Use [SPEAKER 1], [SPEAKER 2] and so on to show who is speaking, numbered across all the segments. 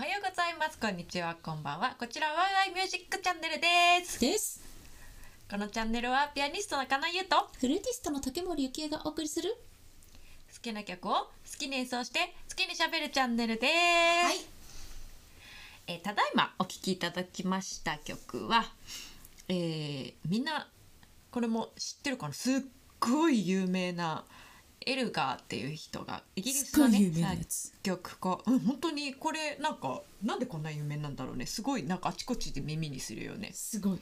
[SPEAKER 1] 末こんにちはこんばんはこちらワイワイミュージックチャンネルです
[SPEAKER 2] です
[SPEAKER 1] このチャンネルはピアニストの金井優と好
[SPEAKER 2] フルーティストの竹森幸恵がお送りする
[SPEAKER 1] きな曲を好きに演奏して好きに喋るチャンネルです、えーただいまお聴きいただきました曲は、えーみんなこれも知ってるかなすっごい有名なエルガーっていう人がイギリス
[SPEAKER 2] すご
[SPEAKER 1] の
[SPEAKER 2] い
[SPEAKER 1] ね
[SPEAKER 2] 有名なやつ
[SPEAKER 1] 作曲家、うん、本当にこれなんかなんでこんな有名なんだろうねすごいなんかあちこちで耳にするよね
[SPEAKER 2] すごい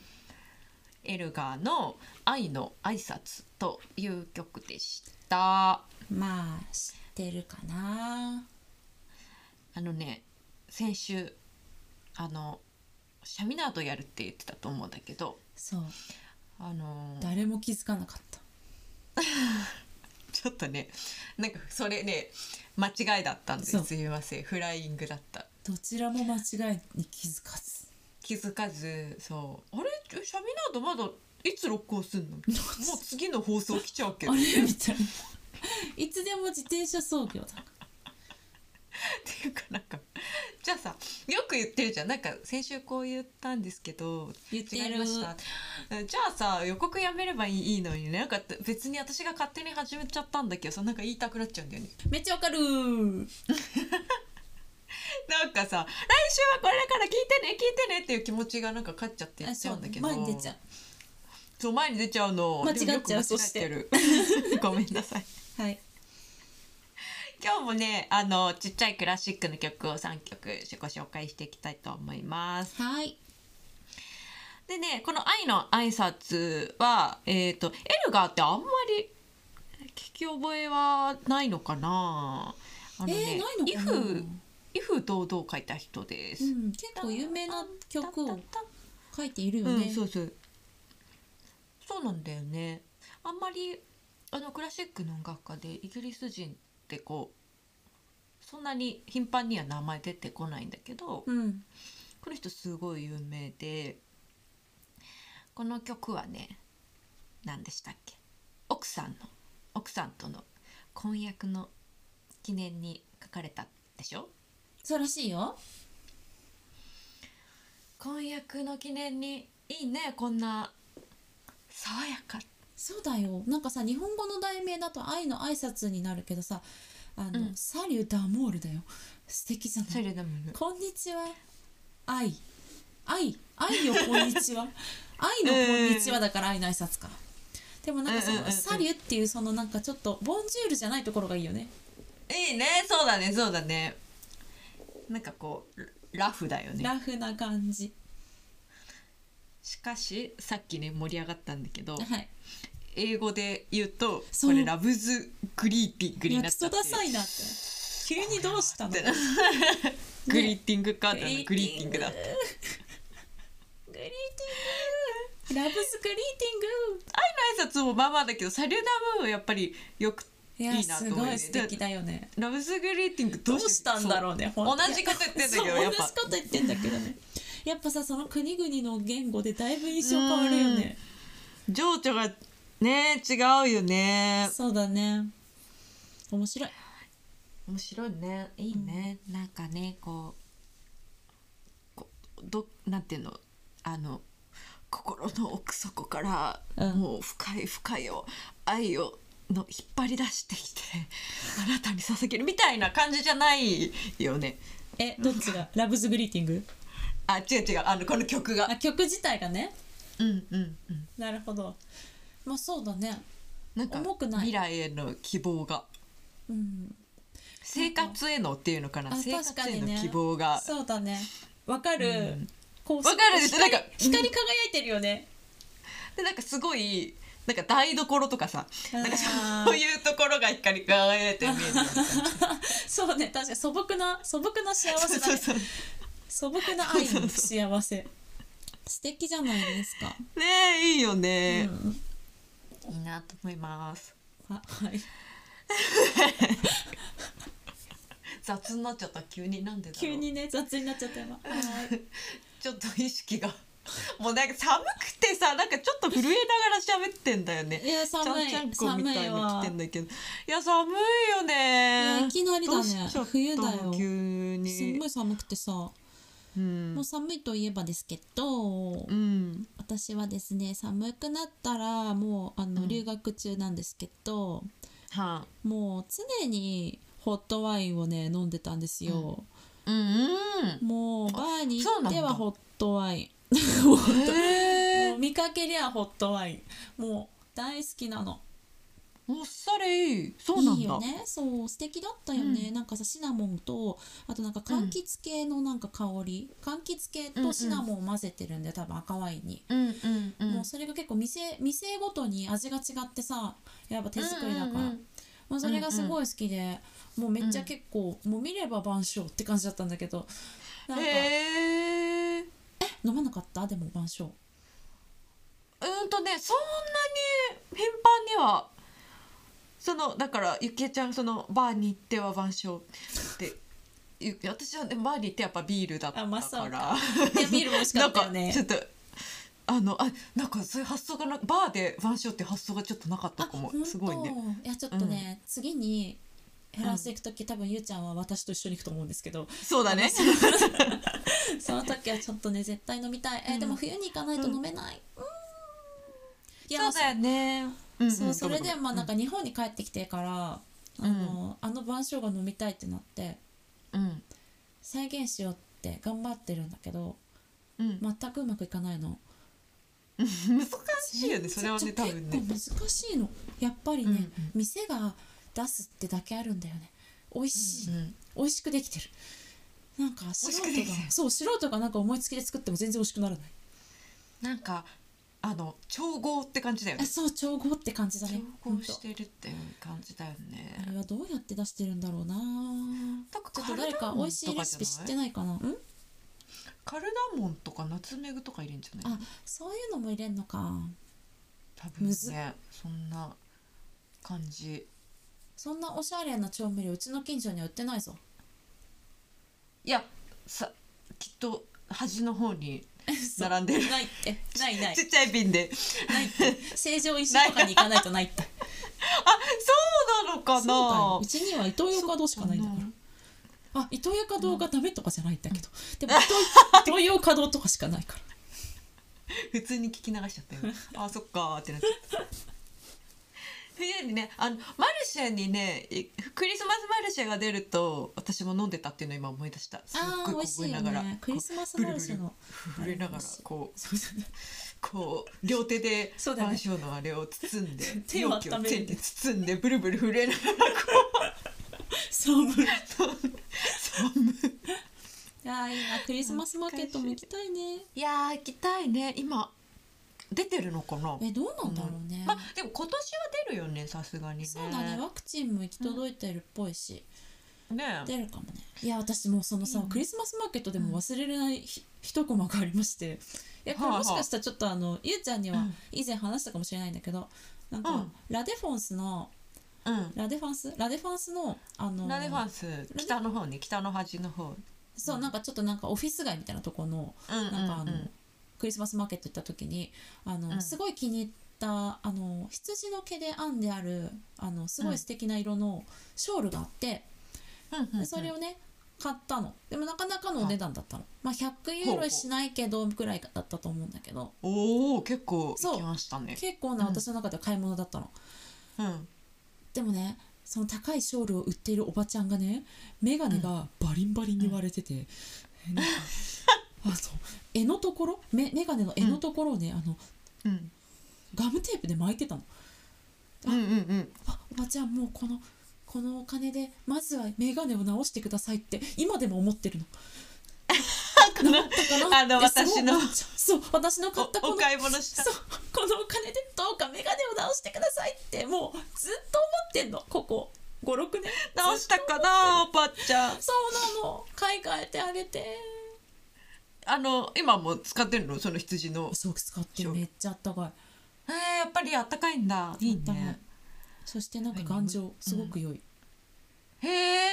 [SPEAKER 1] エルガーの「愛の挨拶という曲でした
[SPEAKER 2] まあ知ってるかな
[SPEAKER 1] あのね先週あのシャミナートやるって言ってたと思うんだけど
[SPEAKER 2] そう
[SPEAKER 1] あのー
[SPEAKER 2] 誰も気づかなかった
[SPEAKER 1] ちょっとねなんかそれね間違いだったんです
[SPEAKER 2] そう
[SPEAKER 1] すいませんフライングだった
[SPEAKER 2] どちらも間違いに気づ かず
[SPEAKER 1] 気づかずそうあれシャミナートまだいつ録音す んのもう次の放送来ちゃうけ
[SPEAKER 2] あ
[SPEAKER 1] ど
[SPEAKER 2] れみたいないつでも自転車操業だ
[SPEAKER 1] っていうかなんかじゃあさよく言ってるじゃんなんか先週こう言ったんですけど
[SPEAKER 2] 言ってる
[SPEAKER 1] 違いましたじゃあさ予告やめればいいいいのにねなんか別に私が勝手に始めちゃったんだけどさなんか言いたくなっちゃうんだよね
[SPEAKER 2] めっちゃわかるー
[SPEAKER 1] なんかさ来週はこれだから聞いてね聞いてねっていう気持ちがなんか勝っちゃって言っちゃうんだけど
[SPEAKER 2] 前に出ちゃ
[SPEAKER 1] そう前に出ちゃうの
[SPEAKER 2] 間違っちゃう
[SPEAKER 1] でもよく
[SPEAKER 2] そ
[SPEAKER 1] 間違
[SPEAKER 2] し
[SPEAKER 1] え
[SPEAKER 2] て
[SPEAKER 1] てる ごめんなさいう
[SPEAKER 2] はい
[SPEAKER 1] 今日もねあのちっちゃいクラシックの曲を3曲ご紹介していきたいと思います
[SPEAKER 2] はい
[SPEAKER 1] でねこの「愛の挨拶はえっ、とエルガーってあんまり聞き覚えはないのかなあの
[SPEAKER 2] えーないのかな
[SPEAKER 1] イフイフ堂々書いた人です、
[SPEAKER 2] うん結構有名な曲を書いているよ
[SPEAKER 1] うん、
[SPEAKER 2] ね
[SPEAKER 1] そうそうそうなんだよねあんまりあのクラシックの音楽家でイギリス人ってこうそんなに頻繁には名前出てこないんだけど、
[SPEAKER 2] うん
[SPEAKER 1] この人すごい有名でこの曲はね何でしたっけ奥さんの奥さんとの婚約の記念に書かれたでしょ
[SPEAKER 2] そうらしいよ
[SPEAKER 1] 婚約の記念にいいねこんな爽やか
[SPEAKER 2] そうだよなんかさ日本語の題名だと「愛の挨拶になるけどさあの、
[SPEAKER 1] うん
[SPEAKER 2] サリューダモールだよ素敵じゃな
[SPEAKER 1] そ
[SPEAKER 2] い
[SPEAKER 1] れでもね
[SPEAKER 2] こんにちは愛愛愛よこんにち は愛のこんにちはだから愛の挨拶かでもなんかそ
[SPEAKER 1] うんうん
[SPEAKER 2] の
[SPEAKER 1] うんうん
[SPEAKER 2] サリューっていうそのなんかちょっとボンジュールじゃないところがいいよね
[SPEAKER 1] いいねそうだねそうだねなんかこうラフだよね
[SPEAKER 2] ラフな感じ
[SPEAKER 1] しかしさっきね盛り上がったんだけど
[SPEAKER 2] はい
[SPEAKER 1] 英語で言うと
[SPEAKER 2] そ
[SPEAKER 1] こ
[SPEAKER 2] う
[SPEAKER 1] れラブズグリーティングに
[SPEAKER 2] い
[SPEAKER 1] な
[SPEAKER 2] や
[SPEAKER 1] っ
[SPEAKER 2] ク
[SPEAKER 1] ちゃ
[SPEAKER 2] ソ
[SPEAKER 1] って
[SPEAKER 2] ダサいなって急にどう したの
[SPEAKER 1] って
[SPEAKER 2] グ
[SPEAKER 1] なグリーティングカードのグリーティングだ
[SPEAKER 2] グリーティングラブスグリーティング
[SPEAKER 1] 挨拶もまあまあだけどサリューダムはやっぱりよく
[SPEAKER 2] いや
[SPEAKER 1] いいなと思うよね
[SPEAKER 2] すごい素敵だよね
[SPEAKER 1] ラブスグリーティング
[SPEAKER 2] どうしたんだろ
[SPEAKER 1] う
[SPEAKER 2] うね
[SPEAKER 1] 同
[SPEAKER 2] 本当に
[SPEAKER 1] じこと言ってんだけど
[SPEAKER 2] そう
[SPEAKER 1] やっぱ
[SPEAKER 2] 同じこと言ってんだけどねやっぱさその国々の言語でだいぶ印象変わるよね
[SPEAKER 1] 情緒がね違うよね
[SPEAKER 2] そうだね面白い
[SPEAKER 1] 面白いねいいね、なんかねこうこうどなんていうのあの心の奥底から、
[SPEAKER 2] うん
[SPEAKER 1] もう深い深いを愛をの引っ張り出してき てあなたに捧げるみたいな感じじゃないよね
[SPEAKER 2] えどっちがラブズグリーティング
[SPEAKER 1] あ違う違うあのこの曲が
[SPEAKER 2] あ曲自体がね
[SPEAKER 1] うんうんうん
[SPEAKER 2] なるほどまあそうだね
[SPEAKER 1] なんか
[SPEAKER 2] 重くない
[SPEAKER 1] 未来への希望が
[SPEAKER 2] うん
[SPEAKER 1] 生活へのっていうのかな
[SPEAKER 2] あ
[SPEAKER 1] 生
[SPEAKER 2] 確か
[SPEAKER 1] 活へ
[SPEAKER 2] に
[SPEAKER 1] の
[SPEAKER 2] ね
[SPEAKER 1] 希望が
[SPEAKER 2] そうだねわかる、
[SPEAKER 1] うん
[SPEAKER 2] こう
[SPEAKER 1] わかるでしょ
[SPEAKER 2] 光
[SPEAKER 1] なんか
[SPEAKER 2] 光り輝いてるよね
[SPEAKER 1] でなんかすごいなんか台所とかさ
[SPEAKER 2] あー
[SPEAKER 1] なんかそういうところが光り輝いて見えるみたいな
[SPEAKER 2] そうね確かに素朴な素朴な幸
[SPEAKER 1] そう
[SPEAKER 2] せだ
[SPEAKER 1] そう
[SPEAKER 2] ね
[SPEAKER 1] そう
[SPEAKER 2] 素朴な愛の幸せ素敵じゃないですか、
[SPEAKER 1] ねえいいよね
[SPEAKER 2] う、ん
[SPEAKER 1] いいなと思います
[SPEAKER 2] あはい
[SPEAKER 1] 雑になっちゃった急になんでだろう
[SPEAKER 2] 急にね雑になっちゃった今はい
[SPEAKER 1] ちょっと意識がもうなんか寒くてさなんかちょっと震えながら喋ってんだよね
[SPEAKER 2] いや
[SPEAKER 1] ちゃ
[SPEAKER 2] 寒
[SPEAKER 1] ん
[SPEAKER 2] い
[SPEAKER 1] ちゃんこみ
[SPEAKER 2] 寒
[SPEAKER 1] た
[SPEAKER 2] い
[SPEAKER 1] いの
[SPEAKER 2] わ
[SPEAKER 1] 着てんだけどいや寒いよ
[SPEAKER 2] いや
[SPEAKER 1] ね
[SPEAKER 2] いきなりだね
[SPEAKER 1] どうしちゃったの
[SPEAKER 2] 冬だよ
[SPEAKER 1] 急に
[SPEAKER 2] すんごい寒くてさ
[SPEAKER 1] うん
[SPEAKER 2] もう寒いといえばですけど、
[SPEAKER 1] うん
[SPEAKER 2] 私はですね寒くなったらもうあ
[SPEAKER 1] う
[SPEAKER 2] の
[SPEAKER 1] ん
[SPEAKER 2] 留学中なんですけど、
[SPEAKER 1] は
[SPEAKER 2] もう常にホットワインをね飲んでたんですよ、
[SPEAKER 1] あうん
[SPEAKER 2] もうバーに
[SPEAKER 1] そう
[SPEAKER 2] 行
[SPEAKER 1] な
[SPEAKER 2] っ
[SPEAKER 1] ん
[SPEAKER 2] て
[SPEAKER 1] だ
[SPEAKER 2] はホットワインも
[SPEAKER 1] うんへ
[SPEAKER 2] う
[SPEAKER 1] え
[SPEAKER 2] 見かけりゃホットワインもう大好きなの
[SPEAKER 1] おっさりそうなんだ
[SPEAKER 2] いいよねそう素敵だったよね、
[SPEAKER 1] う
[SPEAKER 2] なんかさシナモンとあとなんか柑橘系のなんか香り、柑橘系とシナモンを混ぜてるんで多分赤ワインに
[SPEAKER 1] うんうんうん
[SPEAKER 2] もうそれが結構店店ごとに味が違ってさやっぱ手作りだから、
[SPEAKER 1] うんうんうん
[SPEAKER 2] まあ、それがすごい好きで、もうめっちゃ結構、もう見れば万象って感じだったんだけどなんか、
[SPEAKER 1] へえ
[SPEAKER 2] 飲まなかったでも万象
[SPEAKER 1] うんとねそんなに頻繁にはそのだからゆきえちゃんそのバーに行っては晩鐘ってゆ私はでもバーに行ってやっぱビールだったか
[SPEAKER 2] あ
[SPEAKER 1] ら、
[SPEAKER 2] まあそ うかいやビール美味しか
[SPEAKER 1] な
[SPEAKER 2] っ
[SPEAKER 1] ん
[SPEAKER 2] た
[SPEAKER 1] か
[SPEAKER 2] よね
[SPEAKER 1] ちょっとあのあなんかそういう発想がなバーで晩鐘って発想がちょっとなかったかも
[SPEAKER 2] あ
[SPEAKER 1] すごいね。
[SPEAKER 2] 本当いやちょっとね、次にフランス行く時、多分ゆうちゃんは私と一緒に行くと思うんですけど
[SPEAKER 1] そうだね。
[SPEAKER 2] その時はちょっとね絶対飲みたい、え
[SPEAKER 1] うん
[SPEAKER 2] でも冬に行かないと飲めない、うんい
[SPEAKER 1] そうだよね。うんうん
[SPEAKER 2] そうそれ
[SPEAKER 1] ごめ
[SPEAKER 2] で
[SPEAKER 1] んごめ
[SPEAKER 2] まあなんか日本に帰ってきてから、
[SPEAKER 1] うん
[SPEAKER 2] あのあの晩鐘が飲みたいってなって
[SPEAKER 1] うん
[SPEAKER 2] 再現しようって頑張ってるんだけど
[SPEAKER 1] うん、
[SPEAKER 2] 全くうまくいかないの
[SPEAKER 1] 難しいよねそれはね
[SPEAKER 2] 全
[SPEAKER 1] 多
[SPEAKER 2] 然
[SPEAKER 1] 分ね。
[SPEAKER 2] 結構難しいのやっぱりね、
[SPEAKER 1] うんうん
[SPEAKER 2] 店が出すってだけあるんだよね美味しい、
[SPEAKER 1] うん
[SPEAKER 2] 美味しくできてるなんか素人が
[SPEAKER 1] 美味しくできてる
[SPEAKER 2] そう素人がなんか思いつきで作っても全然美味しくならない
[SPEAKER 1] なんかあの調合って感じだよ
[SPEAKER 2] あ
[SPEAKER 1] ね。
[SPEAKER 2] そう調合って感じだね
[SPEAKER 1] 調合し
[SPEAKER 2] ほんと
[SPEAKER 1] てるっていう感じだよね。
[SPEAKER 2] あれはどうやって出してるんだろうな
[SPEAKER 1] なんか
[SPEAKER 2] ちょっと誰か美味しいレシピ知って
[SPEAKER 1] い
[SPEAKER 2] ないかなうん
[SPEAKER 1] カルダモンとかナツメグとか入れんじゃない
[SPEAKER 2] あそういうのも入れんのか
[SPEAKER 1] 多分
[SPEAKER 2] むず
[SPEAKER 1] ねそんな感じ
[SPEAKER 2] そんなおしゃれな調味料うちの近所には売ってないぞ
[SPEAKER 1] いやさきっと端の方に 並んでる
[SPEAKER 2] ないってないない
[SPEAKER 1] ちっちゃい瓶で
[SPEAKER 2] な いって成城石井とかに行かないとないって
[SPEAKER 1] そうなのか
[SPEAKER 2] そうだよ
[SPEAKER 1] な
[SPEAKER 2] うちにはイトーヨーカドーしかないんだか
[SPEAKER 1] そう
[SPEAKER 2] らあイトーヨーカドーがダメとかじゃないんだけどでもイトイトーヨーカドーとかしかないから
[SPEAKER 1] 普通に聞き流しちゃったよ あそっかーってなっちゃった冬にねあのマルシェにねいクリスマスマルシェが出ると私も飲んでたっていうのを今思い出したすっごい
[SPEAKER 2] あー美
[SPEAKER 1] こ
[SPEAKER 2] 味し
[SPEAKER 1] ぶ
[SPEAKER 2] い
[SPEAKER 1] り
[SPEAKER 2] よ
[SPEAKER 1] ながら
[SPEAKER 2] ねクリスマス
[SPEAKER 1] ブ
[SPEAKER 2] マ
[SPEAKER 1] ル
[SPEAKER 2] ル
[SPEAKER 1] ブ
[SPEAKER 2] シ
[SPEAKER 1] ル
[SPEAKER 2] ェの
[SPEAKER 1] 震えながらこう
[SPEAKER 2] そうだね
[SPEAKER 1] こう両手で
[SPEAKER 2] そうだね
[SPEAKER 1] 万象のあれを包んで
[SPEAKER 2] 手を
[SPEAKER 1] 容器
[SPEAKER 2] 温める
[SPEAKER 1] 手で包んでブルブル震えながら
[SPEAKER 2] そうぶる
[SPEAKER 1] こう寒い
[SPEAKER 2] あーいいなクリスマスマーケットも行き たいね
[SPEAKER 1] いやー行きたいね今出てるのかな
[SPEAKER 2] えどうなんだろうね、
[SPEAKER 1] まあでも今年は出るよねさすがにね
[SPEAKER 2] そうだねワクチンも行き届いてるっぽいし、
[SPEAKER 1] ね
[SPEAKER 2] 出るかもねいや私もうそのさ、
[SPEAKER 1] うん
[SPEAKER 2] クリスマスマーケットでも忘れれないひ一コマがありましていやこ
[SPEAKER 1] は
[SPEAKER 2] れ
[SPEAKER 1] あはあ
[SPEAKER 2] もしかしたらちょっとあのゆうちゃんに
[SPEAKER 1] う
[SPEAKER 2] は
[SPEAKER 1] ん
[SPEAKER 2] 以前話したかもしれないんだけどなんか、
[SPEAKER 1] うん
[SPEAKER 2] ラデフォンスの
[SPEAKER 1] う
[SPEAKER 2] ラデファンスラデファンスのあの
[SPEAKER 1] ん、ラデファンス北の方に北の端の方
[SPEAKER 2] そうなんかちょっとなんかオフィス街みたいなところの
[SPEAKER 1] うん
[SPEAKER 2] なんかあの、
[SPEAKER 1] うん
[SPEAKER 2] クリスマスマーケット行った時にあの、
[SPEAKER 1] うん
[SPEAKER 2] すごい気に入ったあの羊の毛で編んであるあのすごい素敵な色のショールがあって、
[SPEAKER 1] うんうんう
[SPEAKER 2] で
[SPEAKER 1] ん
[SPEAKER 2] それをね買ったのでもなかなかのお値段だったの、まあ、100ユーロしないけどくらいだったと思うんだけど
[SPEAKER 1] おお結構
[SPEAKER 2] そう
[SPEAKER 1] 行きましたね
[SPEAKER 2] 結構
[SPEAKER 1] う
[SPEAKER 2] なん私の中では買い物だったの、
[SPEAKER 1] うん
[SPEAKER 2] でもねその高いショールを売っているおばちゃんがね眼鏡がバリンバリンに割れてて、えなんかあそう柄のところめ眼鏡の柄のところをね、あの
[SPEAKER 1] うん
[SPEAKER 2] ガムテープで巻いてたの
[SPEAKER 1] うんうん
[SPEAKER 2] あおばちゃんもうこのこのお金でまずは眼鏡を直してくださいって今でも思ってるの。
[SPEAKER 1] うん
[SPEAKER 2] だか ら
[SPEAKER 1] あの
[SPEAKER 2] って
[SPEAKER 1] 私の
[SPEAKER 2] そう思っちゃうそう私の買ったこ
[SPEAKER 1] お
[SPEAKER 2] の
[SPEAKER 1] お買い物した
[SPEAKER 2] そうこのお金でどうか眼鏡を直してくださいってもうずっと思ってんのここ56年
[SPEAKER 1] 直したかなおばあちゃん
[SPEAKER 2] そうなの買い替えてあげて
[SPEAKER 1] あの今も使ってるのその羊の
[SPEAKER 2] そう使ってる
[SPEAKER 1] そう
[SPEAKER 2] めっちゃあったか
[SPEAKER 1] えー、やっぱりあったかいんだ
[SPEAKER 2] い
[SPEAKER 1] いい
[SPEAKER 2] あったか
[SPEAKER 1] ね
[SPEAKER 2] そしてなんか頑丈
[SPEAKER 1] ん
[SPEAKER 2] すごく良い、
[SPEAKER 1] へえ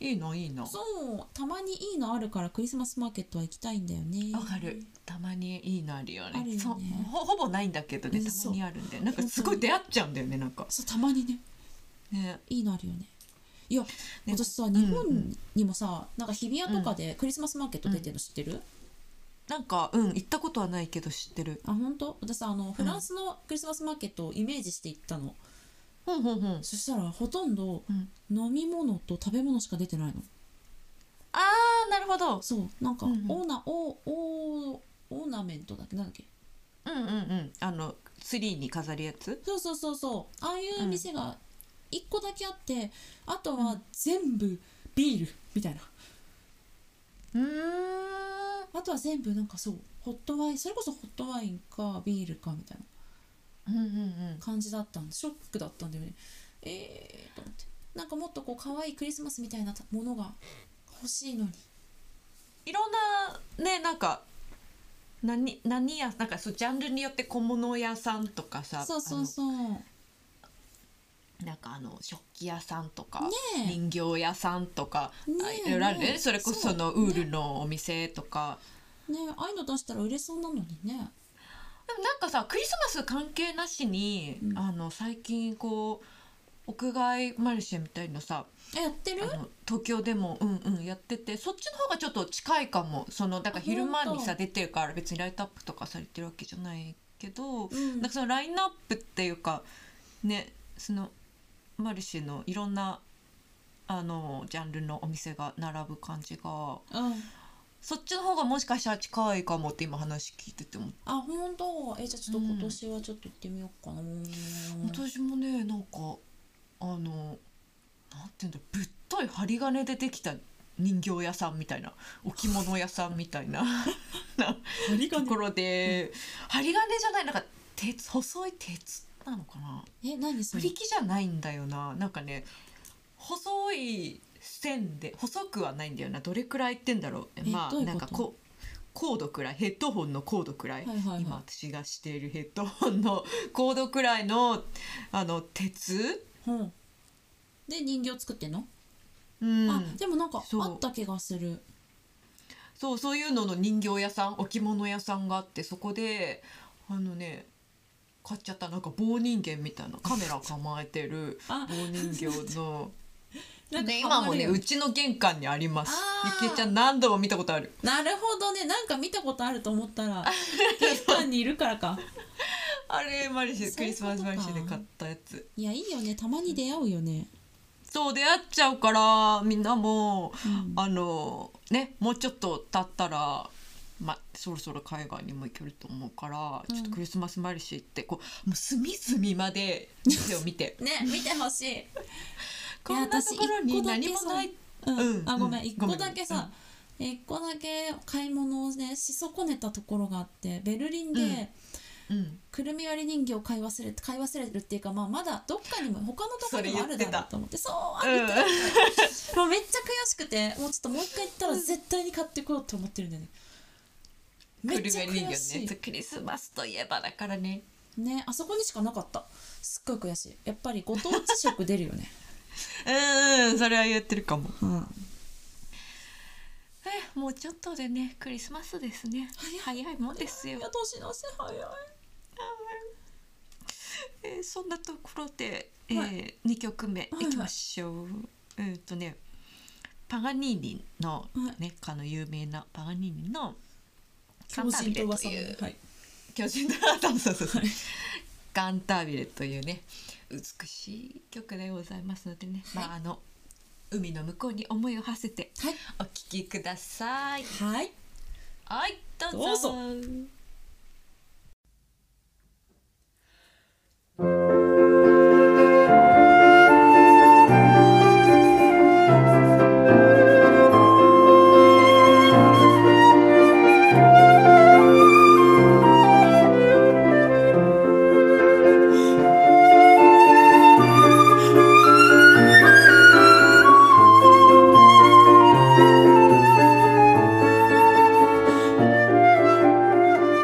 [SPEAKER 1] いいのいいの
[SPEAKER 2] そうたまにいいのあるからクリスマスマーケットは行きたいんだよね
[SPEAKER 1] わかるたまにいいのあるよね
[SPEAKER 2] あるよね
[SPEAKER 1] そうほほぼないんだけどね
[SPEAKER 2] うん
[SPEAKER 1] た
[SPEAKER 2] そ
[SPEAKER 1] ま
[SPEAKER 2] う
[SPEAKER 1] にあるんでなんかすごい出会っちゃうんだよねなんか
[SPEAKER 2] そうたまにね
[SPEAKER 1] ね
[SPEAKER 2] いいのあるよねいや
[SPEAKER 1] ね
[SPEAKER 2] 私さ
[SPEAKER 1] ん
[SPEAKER 2] 日本にもさなんか日比谷とかでクリスマスマーケット出てるの知ってる、
[SPEAKER 1] なんかうん行ったことはないけど知ってる
[SPEAKER 2] あ本当私さあのフランスのクリスマスマーケットをイメージして行ったの、
[SPEAKER 1] ほんほんほん、
[SPEAKER 2] そしたらほとんど
[SPEAKER 1] うん、
[SPEAKER 2] 飲み物と食べ物しか出てないの
[SPEAKER 1] あーなるほど
[SPEAKER 2] そうなんかオ
[SPEAKER 1] うんうん
[SPEAKER 2] ーナ、オーオーオーナメントだっけなんだっけ
[SPEAKER 1] うんうんうんあのツリーに飾るやつ
[SPEAKER 2] そうそうそうそうああいう
[SPEAKER 1] うん
[SPEAKER 2] 店が一個だけあって、あと
[SPEAKER 1] う
[SPEAKER 2] は全部ビールみたいな
[SPEAKER 1] うーん
[SPEAKER 2] あとは全部なんかそうホットワインそれこそホットワインかビールかみたい
[SPEAKER 1] う
[SPEAKER 2] な
[SPEAKER 1] んうんうん
[SPEAKER 2] 感じだったんでショックだったんだよねえーと思ってなんかもっとこう可愛いクリスマスみたいなものが欲しいのに
[SPEAKER 1] いろんなねなんか何何やなんかそうジャンルによって小物屋さんとかさ
[SPEAKER 2] そうそうそうね
[SPEAKER 1] あのなんかあの食器屋さんとか、
[SPEAKER 2] え
[SPEAKER 1] 人形屋さんとか、
[SPEAKER 2] ね
[SPEAKER 1] あ
[SPEAKER 2] え
[SPEAKER 1] いろいろある
[SPEAKER 2] ねえ
[SPEAKER 1] ねそれこそその
[SPEAKER 2] そう
[SPEAKER 1] ウールのお店とか、
[SPEAKER 2] ねえああいうの出したら売れそうなのにね
[SPEAKER 1] でもなんかさクリスマス関係なしに、
[SPEAKER 2] うん
[SPEAKER 1] あの最近こう屋外マルシェみたいのさ
[SPEAKER 2] えやってる
[SPEAKER 1] あの東京でもうんうんやっててそっちの方がちょっと近いかもそのだから昼間に
[SPEAKER 2] あ本
[SPEAKER 1] さ出てるから別にライトアップとかされてるわけじゃないけど、
[SPEAKER 2] う
[SPEAKER 1] な
[SPEAKER 2] ん
[SPEAKER 1] んかそのラインナップっていうかねそのマルシェのいろんなあのジャンルのお店が並ぶ感じが
[SPEAKER 2] うん
[SPEAKER 1] そっちの方がもしかしたら近いかもって今話聞いてても、
[SPEAKER 2] あ本当えじゃあちょっと今年はちょっと行ってみようかな、
[SPEAKER 1] 私もねなんかあのなんていうんだぶっとい針金でできた人形屋さんみたいな置物屋さんみたいな な
[SPEAKER 2] 針
[SPEAKER 1] ところで針金じゃないなんか鉄細い鉄なのかな
[SPEAKER 2] え何そ
[SPEAKER 1] ブ
[SPEAKER 2] れ
[SPEAKER 1] リキじゃないんだよななんかね細い線で細くはないんだよなどれくらい言ってんだろう
[SPEAKER 2] え
[SPEAKER 1] ま
[SPEAKER 2] どう
[SPEAKER 1] あ
[SPEAKER 2] いうこ
[SPEAKER 1] な
[SPEAKER 2] と
[SPEAKER 1] んかこうコードくらいヘッドホンのコードくらい、
[SPEAKER 2] はいはいはい
[SPEAKER 1] 今私がしているヘッドホンのコードくらいのあの鉄
[SPEAKER 2] うんで人形作ってんの、
[SPEAKER 1] うん
[SPEAKER 2] あでもなんか
[SPEAKER 1] そう
[SPEAKER 2] あった気がする
[SPEAKER 1] そうそういうのの人形屋さん置物屋さんがあってそこであのね買っちゃったなんか棒人間みたいなカメラ構えてる
[SPEAKER 2] あ
[SPEAKER 1] 棒人形 の。
[SPEAKER 2] なんか
[SPEAKER 1] で
[SPEAKER 2] ハ
[SPEAKER 1] 今
[SPEAKER 2] マ
[SPEAKER 1] も
[SPEAKER 2] る
[SPEAKER 1] ね
[SPEAKER 2] よ
[SPEAKER 1] うちの玄関にあります
[SPEAKER 2] あー
[SPEAKER 1] ゆきえちゃん何度も見たことある
[SPEAKER 2] なるほどねなんか見たことあると思ったら玄関にいるからか
[SPEAKER 1] あれマルシェ
[SPEAKER 2] そう
[SPEAKER 1] ク
[SPEAKER 2] いう
[SPEAKER 1] リス
[SPEAKER 2] ことか
[SPEAKER 1] マスマルシェで買ったやつ
[SPEAKER 2] いやいいよねたまに出会うよね、
[SPEAKER 1] そう出会っちゃうからみんなも
[SPEAKER 2] うん
[SPEAKER 1] あのねもうちょっと経ったらま、そろそろ海外にも行けると思うから、
[SPEAKER 2] うん
[SPEAKER 1] ちょっとクリスマスマルシェ行ってこうもう隅々まで店を見 て
[SPEAKER 2] ね見てほしい
[SPEAKER 1] こんなところに何もない
[SPEAKER 2] うん、
[SPEAKER 1] うん
[SPEAKER 2] あごめ
[SPEAKER 1] うんん
[SPEAKER 2] 一個だ
[SPEAKER 1] ご
[SPEAKER 2] け
[SPEAKER 1] め
[SPEAKER 2] さ一個だけ買い物をねし損ねたところがあってベルリンで、
[SPEAKER 1] うんうん
[SPEAKER 2] くるみ割り人形を買い忘れて買い忘れるっていうかまあまだどっかにも他のところにもあるだろうと思ってそうあ
[SPEAKER 1] うん
[SPEAKER 2] れもうめっちゃ悔しくてもうちょっともう一回行ったら絶対に買ってこようと思ってるんだよねめ
[SPEAKER 1] ク
[SPEAKER 2] っ
[SPEAKER 1] リ
[SPEAKER 2] ちゃ
[SPEAKER 1] ベリン
[SPEAKER 2] 悔
[SPEAKER 1] ギ
[SPEAKER 2] し
[SPEAKER 1] ねクリスマスといえばだからね
[SPEAKER 2] いねあそこにしかなかったすっごい悔しいやっぱりご当地色出るよね
[SPEAKER 1] うんうんそれは言ってるかも
[SPEAKER 2] うん
[SPEAKER 1] えもうちょっとでねクリスマスですね早いもんですよ
[SPEAKER 2] いや、年の瀬早い
[SPEAKER 1] えーそんなところで、え
[SPEAKER 2] は
[SPEAKER 1] ー二2曲目い
[SPEAKER 2] はい
[SPEAKER 1] きましょう、えーっとねパガニーニの
[SPEAKER 2] は、
[SPEAKER 1] ねかの有名なパガニーニの「カ
[SPEAKER 2] 狂
[SPEAKER 1] ンター
[SPEAKER 2] 人
[SPEAKER 1] ビ
[SPEAKER 2] と
[SPEAKER 1] レ」
[SPEAKER 2] 噂
[SPEAKER 1] と
[SPEAKER 2] の
[SPEAKER 1] いう
[SPEAKER 2] はい
[SPEAKER 1] 巨人とそうそうそう
[SPEAKER 2] はい
[SPEAKER 1] ガンタービレというね美しい曲でございますのでね、まああの海の向こうに思いを馳せて
[SPEAKER 2] はい
[SPEAKER 1] お聴きください
[SPEAKER 2] はい
[SPEAKER 1] はいどうぞ
[SPEAKER 2] どうぞ
[SPEAKER 1] 「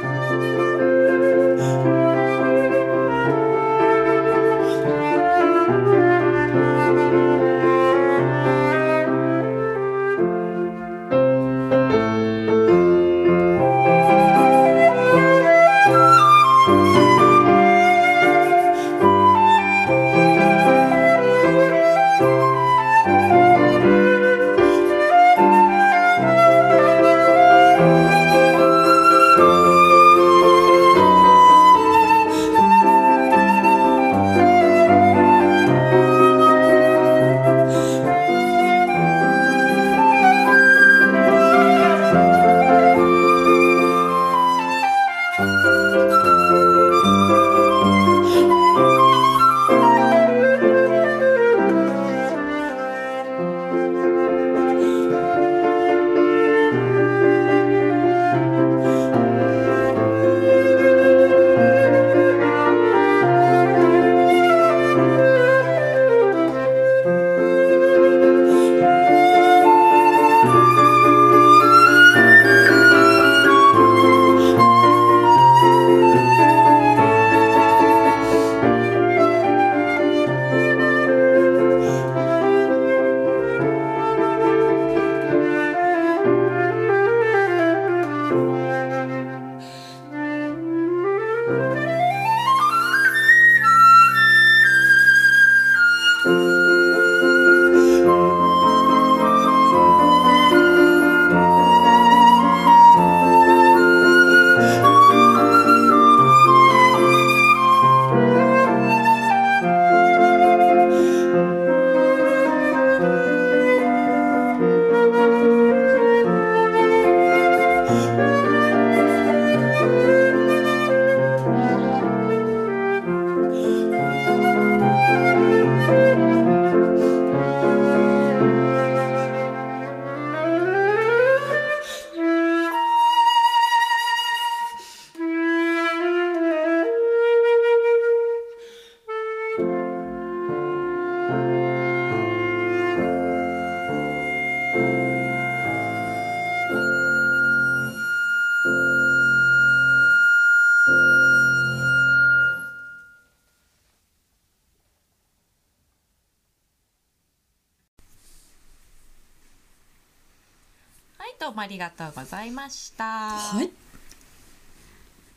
[SPEAKER 1] どうもありがとうございました。
[SPEAKER 2] は。い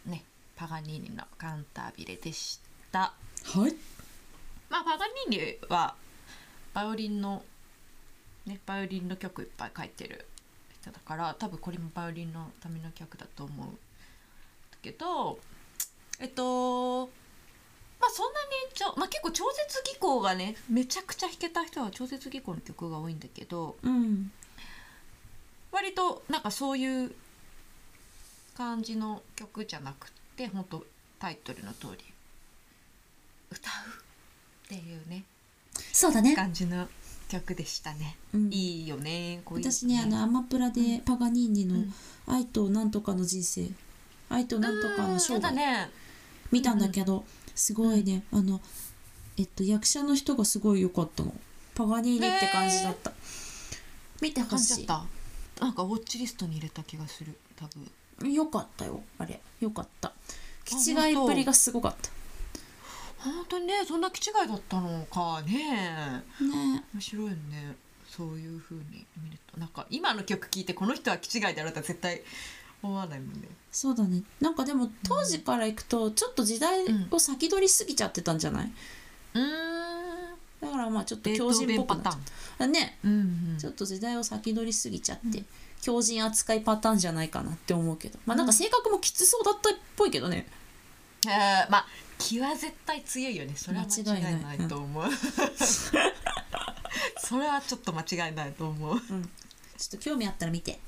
[SPEAKER 1] ね、パガニーニのカンタービレでした。
[SPEAKER 2] はい
[SPEAKER 1] まあ、パガニーニはバイオリンの、ね、バイオリンの曲いっぱい書いてる人だから多分これもバイオリンのための曲だと思うけどえっとまあそんなにちょ、まあ、結構超絶技巧がねめちゃくちゃ弾けた人は超絶技巧の曲が多いんだけど
[SPEAKER 2] うん
[SPEAKER 1] 割となんかそういう感じの曲じゃなくって本当タイトルの通り歌うっていうね
[SPEAKER 2] そうだね
[SPEAKER 1] 感じの曲でしたね。
[SPEAKER 2] うん
[SPEAKER 1] いいよね。こういう
[SPEAKER 2] 私ねあのアマプラでパガニーニ
[SPEAKER 1] う
[SPEAKER 2] の
[SPEAKER 1] ん
[SPEAKER 2] 「愛となんとかの人生」「愛となんとかの生
[SPEAKER 1] そうだ
[SPEAKER 2] 涯」
[SPEAKER 1] ね。
[SPEAKER 2] 見たんだけどすごいねあのえっと役者の人がすごい良かったのパガニーニって感じだった、見てほ
[SPEAKER 1] 感じ
[SPEAKER 2] し
[SPEAKER 1] ちゃった。なんかウォッチリストに入れた気がする。多分。
[SPEAKER 2] いよかったよあれよかった気違いっぷりがすごかった
[SPEAKER 1] 本当にね、そんな気違いだったのかね。
[SPEAKER 2] ね
[SPEAKER 1] 面白いよね。そういう風に見るとなんか今の曲聞いてこの人は気違いだろうとは絶対思わないもんね。
[SPEAKER 2] そうだねなんかでも当時からいくとちょっと時代を先取りすぎちゃってたんじゃない、
[SPEAKER 1] うーん。
[SPEAKER 2] だからまあちょっと
[SPEAKER 1] ベー
[SPEAKER 2] 強
[SPEAKER 1] トー
[SPEAKER 2] 人
[SPEAKER 1] ベ
[SPEAKER 2] っぽ
[SPEAKER 1] ンパ
[SPEAKER 2] くな
[SPEAKER 1] タ
[SPEAKER 2] っち
[SPEAKER 1] ー
[SPEAKER 2] ゃ
[SPEAKER 1] ン
[SPEAKER 2] っ。たね
[SPEAKER 1] うんうん
[SPEAKER 2] ちょっと時代を先取りすぎちゃって、強人扱いパターンじゃないかなって思うけどまあなんか性格もきつそうだったっぽいけどね、
[SPEAKER 1] えーまあ気は絶対強いよねそれは間違いないと思うそれはちょっと間違いないと思ううん
[SPEAKER 2] うん、ちょっと興味あったら見て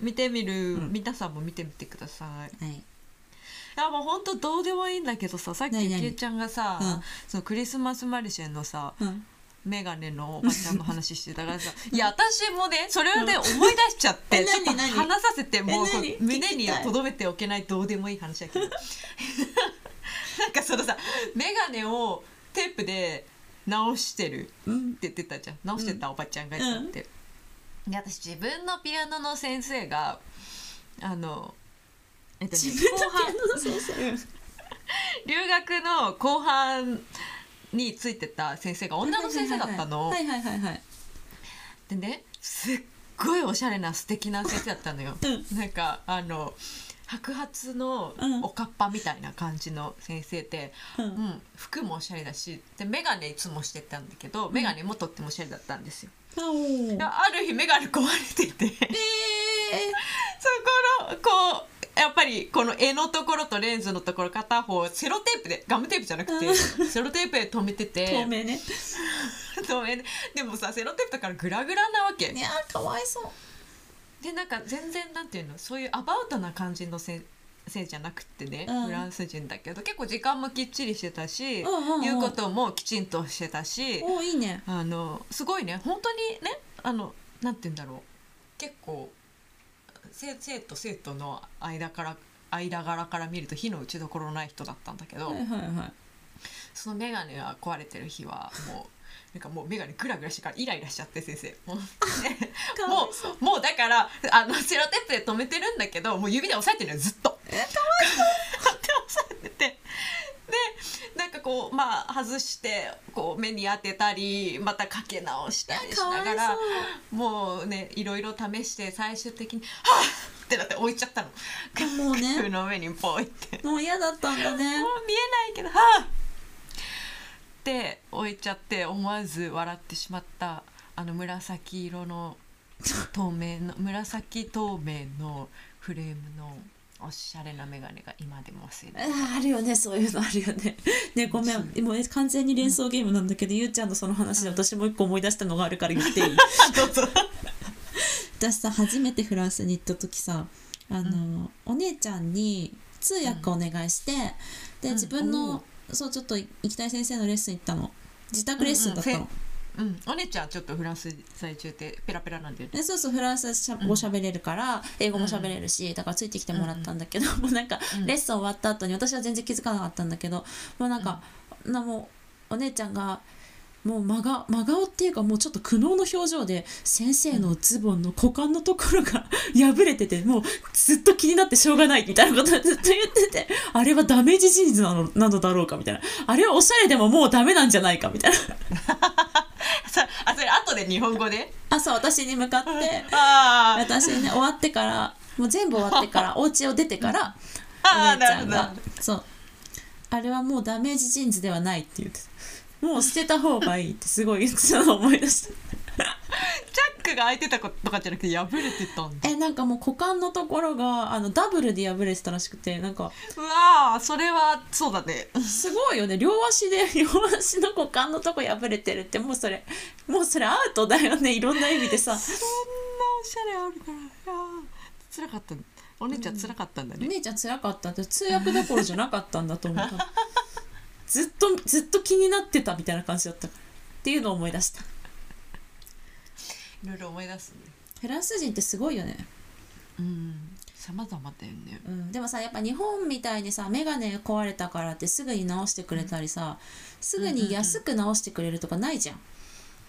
[SPEAKER 1] 見てみる、
[SPEAKER 2] うん
[SPEAKER 1] 皆さんも見てみてください
[SPEAKER 2] はい
[SPEAKER 1] いやもうほんとどうでもいいんだけどささっき
[SPEAKER 2] 何
[SPEAKER 1] ゆ
[SPEAKER 2] 々
[SPEAKER 1] きえちゃんがさ、
[SPEAKER 2] うん
[SPEAKER 1] そのクリスマスマルシェのさ
[SPEAKER 2] うん
[SPEAKER 1] メガネのおばちゃんの話してたからさ いや私もねそれをね思い出しちゃって
[SPEAKER 2] え
[SPEAKER 1] ちょっと
[SPEAKER 2] 何何
[SPEAKER 1] 話させてもう
[SPEAKER 2] え
[SPEAKER 1] こ
[SPEAKER 2] 何
[SPEAKER 1] う胸
[SPEAKER 2] 聞き
[SPEAKER 1] に
[SPEAKER 2] たい
[SPEAKER 1] 留めておけないどうでもいい話だけ どなんかそのさメガネをテープで直してる
[SPEAKER 2] うん
[SPEAKER 1] って言ってたじゃん直してたおばちゃんがいたって、で私自分のピアノの先生があの、えっとね
[SPEAKER 2] 自分の
[SPEAKER 1] 後半
[SPEAKER 2] ピアノの先生
[SPEAKER 1] 留学の後半についてた先生が女の先生だったの
[SPEAKER 2] は。いはいはいはい
[SPEAKER 1] でねすっごいおしゃれな素敵な先生だったの よ。
[SPEAKER 2] う
[SPEAKER 1] なんかあの白髪の
[SPEAKER 2] うん
[SPEAKER 1] おかっぱみたいな感じの先生で、
[SPEAKER 2] うん
[SPEAKER 1] うん服もおしゃれだしで眼鏡いつもしてたんだけど眼鏡もとってもおしゃれだったんですよ。
[SPEAKER 2] あおー
[SPEAKER 1] である日眼鏡壊れてて。
[SPEAKER 2] え
[SPEAKER 1] そこのこうやっぱりこの絵のところとレンズのところ片方セロテープでガムテープじゃなく
[SPEAKER 2] う
[SPEAKER 1] てセロテープで止めて て
[SPEAKER 2] ー、 透明ね
[SPEAKER 1] 透明ででもさセロテープだからグラグラなわけ、
[SPEAKER 2] いやーかわいそう
[SPEAKER 1] でなんか全然なんていうのそういうアバウトな感じのせ先生じゃなくってね、
[SPEAKER 2] うん
[SPEAKER 1] フランス人だけど結構時間もきっちりしてたし、
[SPEAKER 2] うんうんうん
[SPEAKER 1] 言うこともきちんとしてたし、
[SPEAKER 2] おーいいね
[SPEAKER 1] あのすごいね本当にねあのなんて言うんだろう結構生生徒生徒の間から間柄から見ると火の打ちどころない人だったんだけど、
[SPEAKER 2] はいはいはい
[SPEAKER 1] その眼鏡が壊れてる日はもうなんかもう眼鏡グラグラしてからイライラしちゃって先生もうね
[SPEAKER 2] かわ
[SPEAKER 1] も
[SPEAKER 2] いそう
[SPEAKER 1] うもうだからあのセロテープで止めてるんだけどもう指で押さえてるのよずっと。
[SPEAKER 2] えかわい
[SPEAKER 1] 押さえててでなんかこうまあ外してこう目に当てたりまたかけ直したりし
[SPEAKER 2] かわ
[SPEAKER 1] ないが
[SPEAKER 2] そ
[SPEAKER 1] ら
[SPEAKER 2] う
[SPEAKER 1] もうねいろいろ試して最終的に「はっ!」ってなって置いちゃったの
[SPEAKER 2] もう
[SPEAKER 1] 服
[SPEAKER 2] ね
[SPEAKER 1] の上にポイって
[SPEAKER 2] もう嫌だったんだね
[SPEAKER 1] もう見えないけど「はっ!」って置いちゃって思わず笑ってしまったあの紫色の透明の 紫透明のフレームのおしゃれな眼鏡が今でも忘れない。
[SPEAKER 2] あーあるよねそういうのあるよねねごめんもうえ完全に連想ゲームなんだけど、ゆうちゃんのその話で私もう一個思い出したのがあるから言って いい
[SPEAKER 1] どうぞ。
[SPEAKER 2] 私さ初めてフランスに行った時さあの、お姉ちゃんに通訳お願いして、で
[SPEAKER 1] うん
[SPEAKER 2] 自分
[SPEAKER 1] お
[SPEAKER 2] の、そうちょっと行きたい先生のレッスン行ったの自宅レッスンだったの、
[SPEAKER 1] うんうんうん、お姉ちゃんちょっとフランス在住でペラペラなんだよね。
[SPEAKER 2] でそうそうフランスしゃ語喋れるから、英語も喋れるしだからついてきてもらったんだけど、もうなんか、
[SPEAKER 1] うん
[SPEAKER 2] レッスン終わった後に私は全然気づかなかったんだけどもうなんか、なもうお姉ちゃんがもう真顔真顔っていうかもうちょっと苦悩の表情で先生のズボンの股間のところが 破れててもうずっと気になってしょうがないみたいなことをずっと言っててあれはダメージジーンズなのなのだろうかみたいなあれはおしゃれでももうダメなんじゃないかみたいな
[SPEAKER 1] さあそれ後で日本語 で
[SPEAKER 2] 朝私に向かって
[SPEAKER 1] あー
[SPEAKER 2] 私ね終わってからもう全部終わってから お家を出てから
[SPEAKER 1] あー
[SPEAKER 2] お姉ち
[SPEAKER 1] な
[SPEAKER 2] ゃ
[SPEAKER 1] る
[SPEAKER 2] ん
[SPEAKER 1] ほ
[SPEAKER 2] が
[SPEAKER 1] ど
[SPEAKER 2] そうあれはもうダメージジーンズではないって言ってたもう捨てた方がいいってすごい言 ってたのを思い出した
[SPEAKER 1] チャックが開いてたことかじゃなくて破れてたんだ
[SPEAKER 2] えなんかもう股間のところがあのダブルで破れてたらしくてなんか
[SPEAKER 1] うわーそれはそうだね
[SPEAKER 2] すごいよね両足で 両足の股間のとこ破れてるってもうそれもうそれアウトだよねいろんな意味でさ
[SPEAKER 1] そんなおしゃれあるからつらかったお姉ちゃんつらかったんだ
[SPEAKER 2] お
[SPEAKER 1] ね、
[SPEAKER 2] 姉ちゃん辛かったって通訳どころじゃなかったんだと 思うずっとずっと気になってたみたいな感じだったっていうのを思い出した
[SPEAKER 1] いろいろ思い出すね
[SPEAKER 2] フランス人ってすごいよね、
[SPEAKER 1] うん様々だよね
[SPEAKER 2] うん、でもさやっぱ日本みたいにさ眼鏡壊れたからってすぐに直してくれたりさすぐに安く直してくれるとかないじゃん,、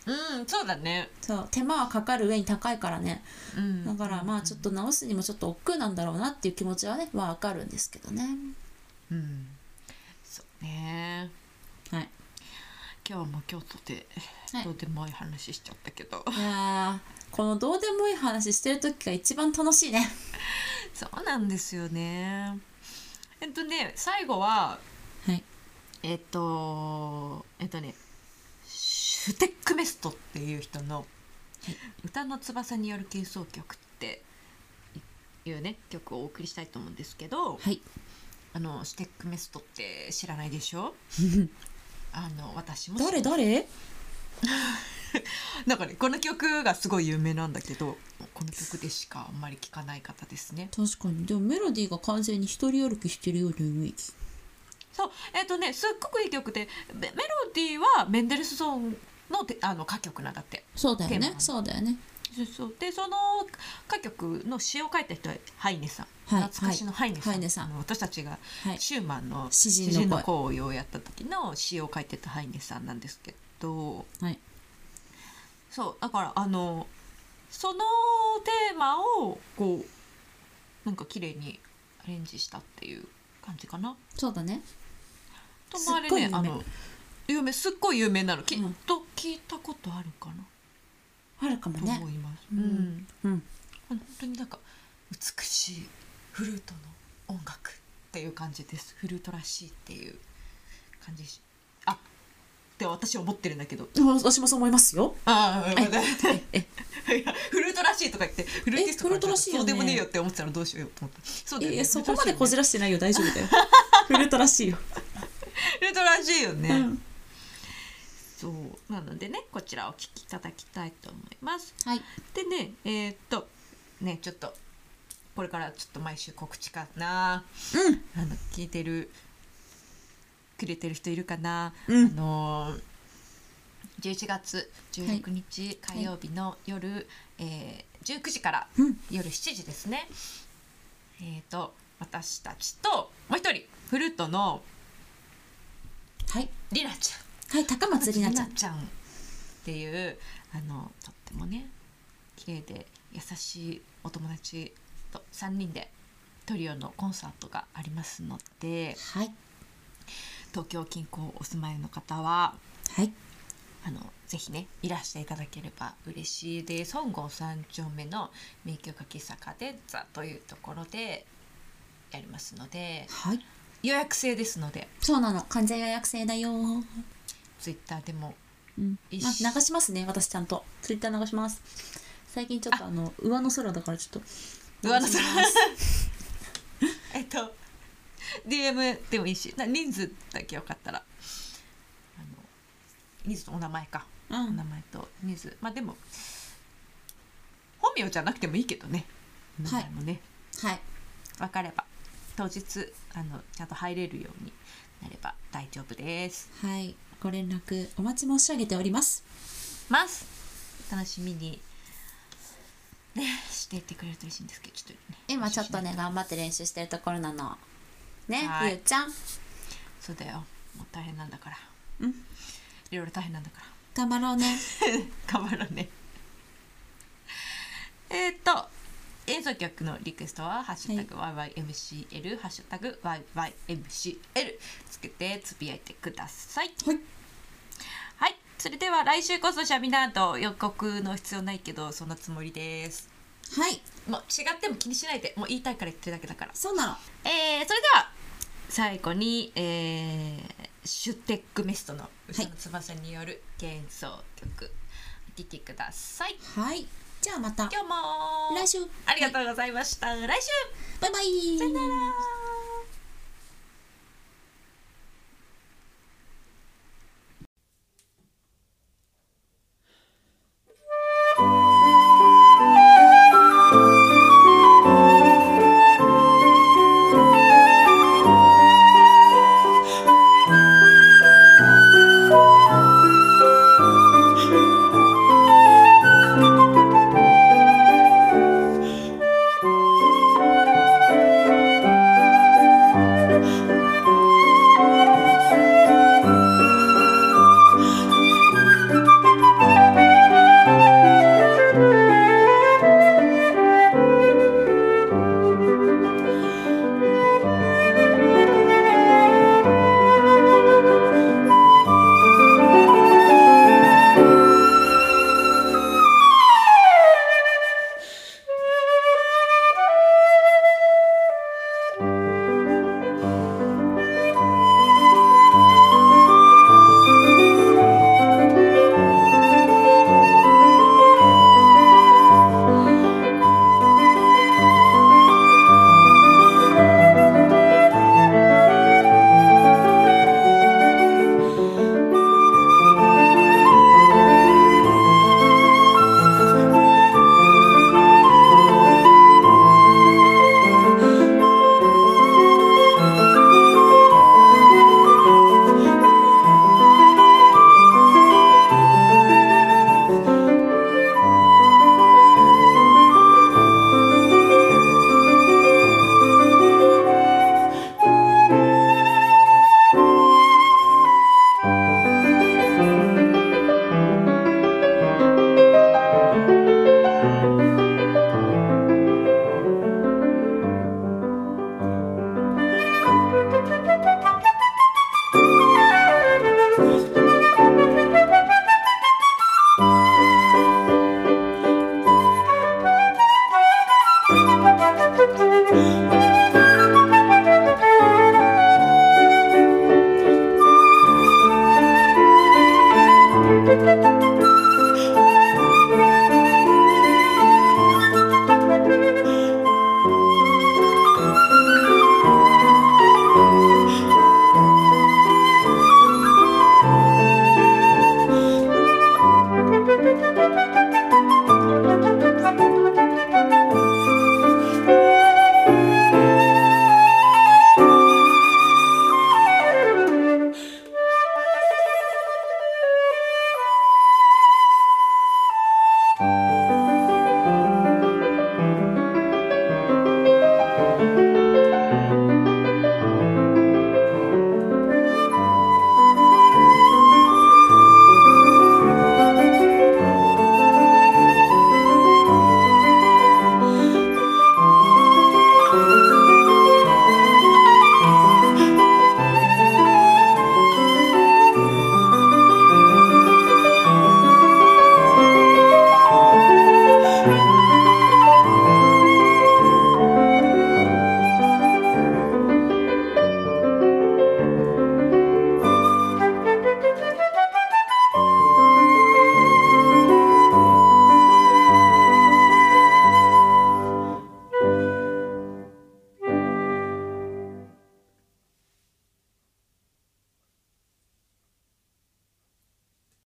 [SPEAKER 1] うんそうだね
[SPEAKER 2] そう手間はかかる上に高いからね
[SPEAKER 1] うん
[SPEAKER 2] だからまあちょっと直すにもちょっと億劫なんだろうなっていう気持ちはねまあわかるんですけどね
[SPEAKER 1] うんそうね
[SPEAKER 2] はい
[SPEAKER 1] 今日も京都で
[SPEAKER 2] はい
[SPEAKER 1] どうでもいい話しちゃったけど、
[SPEAKER 2] いやーこのどうでもいい話してる時が一番楽しいね
[SPEAKER 1] そうなんですよねえっとね最後は
[SPEAKER 2] はい
[SPEAKER 1] えっとえっとねシュテックメストっていう人の「歌の翼による幻想曲」っていうね曲をお送りしたいと思うんですけど
[SPEAKER 2] はい
[SPEAKER 1] あのシュテックメストって知らないでしょあの私も知らな
[SPEAKER 2] 誰
[SPEAKER 1] い
[SPEAKER 2] 誰
[SPEAKER 1] なんかねこの曲がすごい有名なんだけどこの曲でしかあんまり聴かない方ですね
[SPEAKER 2] 確かにでもメロディーが完全に一人歩きしてるようなイメージ
[SPEAKER 1] そうえっ、とねすっごくいい曲でメメロディーはメンデルスゾーンのてあの歌曲なんだって
[SPEAKER 2] そうだよ
[SPEAKER 1] テー
[SPEAKER 2] ね
[SPEAKER 1] マ
[SPEAKER 2] そうだよね
[SPEAKER 1] そうそうでその歌曲の詩を書いた人はハイネさん、
[SPEAKER 2] はい
[SPEAKER 1] 懐かしのハイネさん,、
[SPEAKER 2] はいハイネさん
[SPEAKER 1] あの私たちが
[SPEAKER 2] はい
[SPEAKER 1] シューマンの
[SPEAKER 2] 詩人の声
[SPEAKER 1] 詩の声をやった時の詩を書いてたハイネさんなんですけど
[SPEAKER 2] はい
[SPEAKER 1] そうだからあのそのテーマをこうなんか綺麗にアレンジしたっていう感じかな。
[SPEAKER 2] そうだね
[SPEAKER 1] と
[SPEAKER 2] すっ
[SPEAKER 1] もあれ
[SPEAKER 2] ごい有
[SPEAKER 1] ね
[SPEAKER 2] 名
[SPEAKER 1] あの有名すっごい有名なのきっ
[SPEAKER 2] うん
[SPEAKER 1] と聞いたことあるかな、
[SPEAKER 2] あるかも
[SPEAKER 1] と
[SPEAKER 2] ね
[SPEAKER 1] 思います。
[SPEAKER 2] う
[SPEAKER 1] う
[SPEAKER 2] ん
[SPEAKER 1] ん
[SPEAKER 2] うん
[SPEAKER 1] 本当になんか美しいフルートの音楽っていう感じですフルートらしいっていう感じしあって私は思ってるんだけど
[SPEAKER 2] 私もそう思いますよ
[SPEAKER 1] ああ、
[SPEAKER 2] え
[SPEAKER 1] ごめんなさい
[SPEAKER 2] え
[SPEAKER 1] いやフルートらしいとか言ってフルーティスト
[SPEAKER 2] えフルートらしい
[SPEAKER 1] そ
[SPEAKER 2] よね
[SPEAKER 1] うでもねえよって思ってたらどうしようよと思ったそうだよ
[SPEAKER 2] い
[SPEAKER 1] ね
[SPEAKER 2] やそこまでこじ
[SPEAKER 1] ら
[SPEAKER 2] らしてないよ大丈夫だ よフルートらしいよ、
[SPEAKER 1] フルートらしいよね、
[SPEAKER 2] うん
[SPEAKER 1] そうなのでねこちらをお聴きいただきたいと思います
[SPEAKER 2] はい
[SPEAKER 1] でねえーっとねちょっとこれからちょっと毎週告知かな
[SPEAKER 2] うん
[SPEAKER 1] あの聞いてるくれてる人いるかな、
[SPEAKER 2] うん
[SPEAKER 1] あのー11月16日
[SPEAKER 2] い
[SPEAKER 1] 火曜日の夜、えー19時から
[SPEAKER 2] うん
[SPEAKER 1] 夜7時ですね、えー、と私たちともう一人フルートの
[SPEAKER 2] はい
[SPEAKER 1] りなちゃん
[SPEAKER 2] はい高松里奈ちゃん
[SPEAKER 1] ちゃんっていうあのとってもね綺麗で優しいお友達と3人でトリオのコンサートがありますので
[SPEAKER 2] はい
[SPEAKER 1] 東京近郊お住まいの方は
[SPEAKER 2] はい
[SPEAKER 1] あのぜひねいらしていただければ嬉しいです本郷三丁目の名曲喫茶カデッツァというところでやりますので
[SPEAKER 2] はい
[SPEAKER 1] 予約制ですので
[SPEAKER 2] そうなの完全予約制だよ、うん
[SPEAKER 1] ツイッターでも
[SPEAKER 2] あ、
[SPEAKER 1] 一緒
[SPEAKER 2] 流しますね私ちゃんとツイッター流します最近ちょっとあの上の空だからちょっと
[SPEAKER 1] 上の空
[SPEAKER 2] 流します
[SPEAKER 1] えっと DM でもいいしな人数だけよかったらあの人数とお名前か
[SPEAKER 2] う
[SPEAKER 1] お名
[SPEAKER 2] ん
[SPEAKER 1] 前と人数まあでも本名じゃなくてもいいけどね名
[SPEAKER 2] はい
[SPEAKER 1] 前もね、
[SPEAKER 2] はい
[SPEAKER 1] 分かれば当日あのちゃんと入れるようになれば大丈夫です
[SPEAKER 2] はい、ご連絡お待ち申し上げております。
[SPEAKER 1] ます楽しみにねしていってくれると嬉しいんですけどちょっとね
[SPEAKER 2] 今ちょっとね、頑張って練習してるところなの。ね、
[SPEAKER 1] はい
[SPEAKER 2] ゆうちゃん、
[SPEAKER 1] そうだよもう大変なんだから
[SPEAKER 2] うん
[SPEAKER 1] いろいろ大変なんだから
[SPEAKER 2] 頑張ろうね。
[SPEAKER 1] 頑張ろうねえーっと演奏曲のリクエストは「ハッシュタグ #YYMCL」「ハッシュタグ #YYMCL」つけてつぶやいてください
[SPEAKER 2] はい、
[SPEAKER 1] はいそれでは来週こそシャミナート予告の必要ないけどそんなつもりです
[SPEAKER 2] はい
[SPEAKER 1] もう違っても気にしないでもう言いたいから言ってるだけだから
[SPEAKER 2] そうなの
[SPEAKER 1] えーそれでは最後に、えーシュテックミストの「嘘の翼」による幻想曲聴いてください
[SPEAKER 2] はいじゃあまた
[SPEAKER 1] 今日も
[SPEAKER 2] 来週
[SPEAKER 1] ありがとうございました、来週
[SPEAKER 2] バイバイ
[SPEAKER 1] さよなら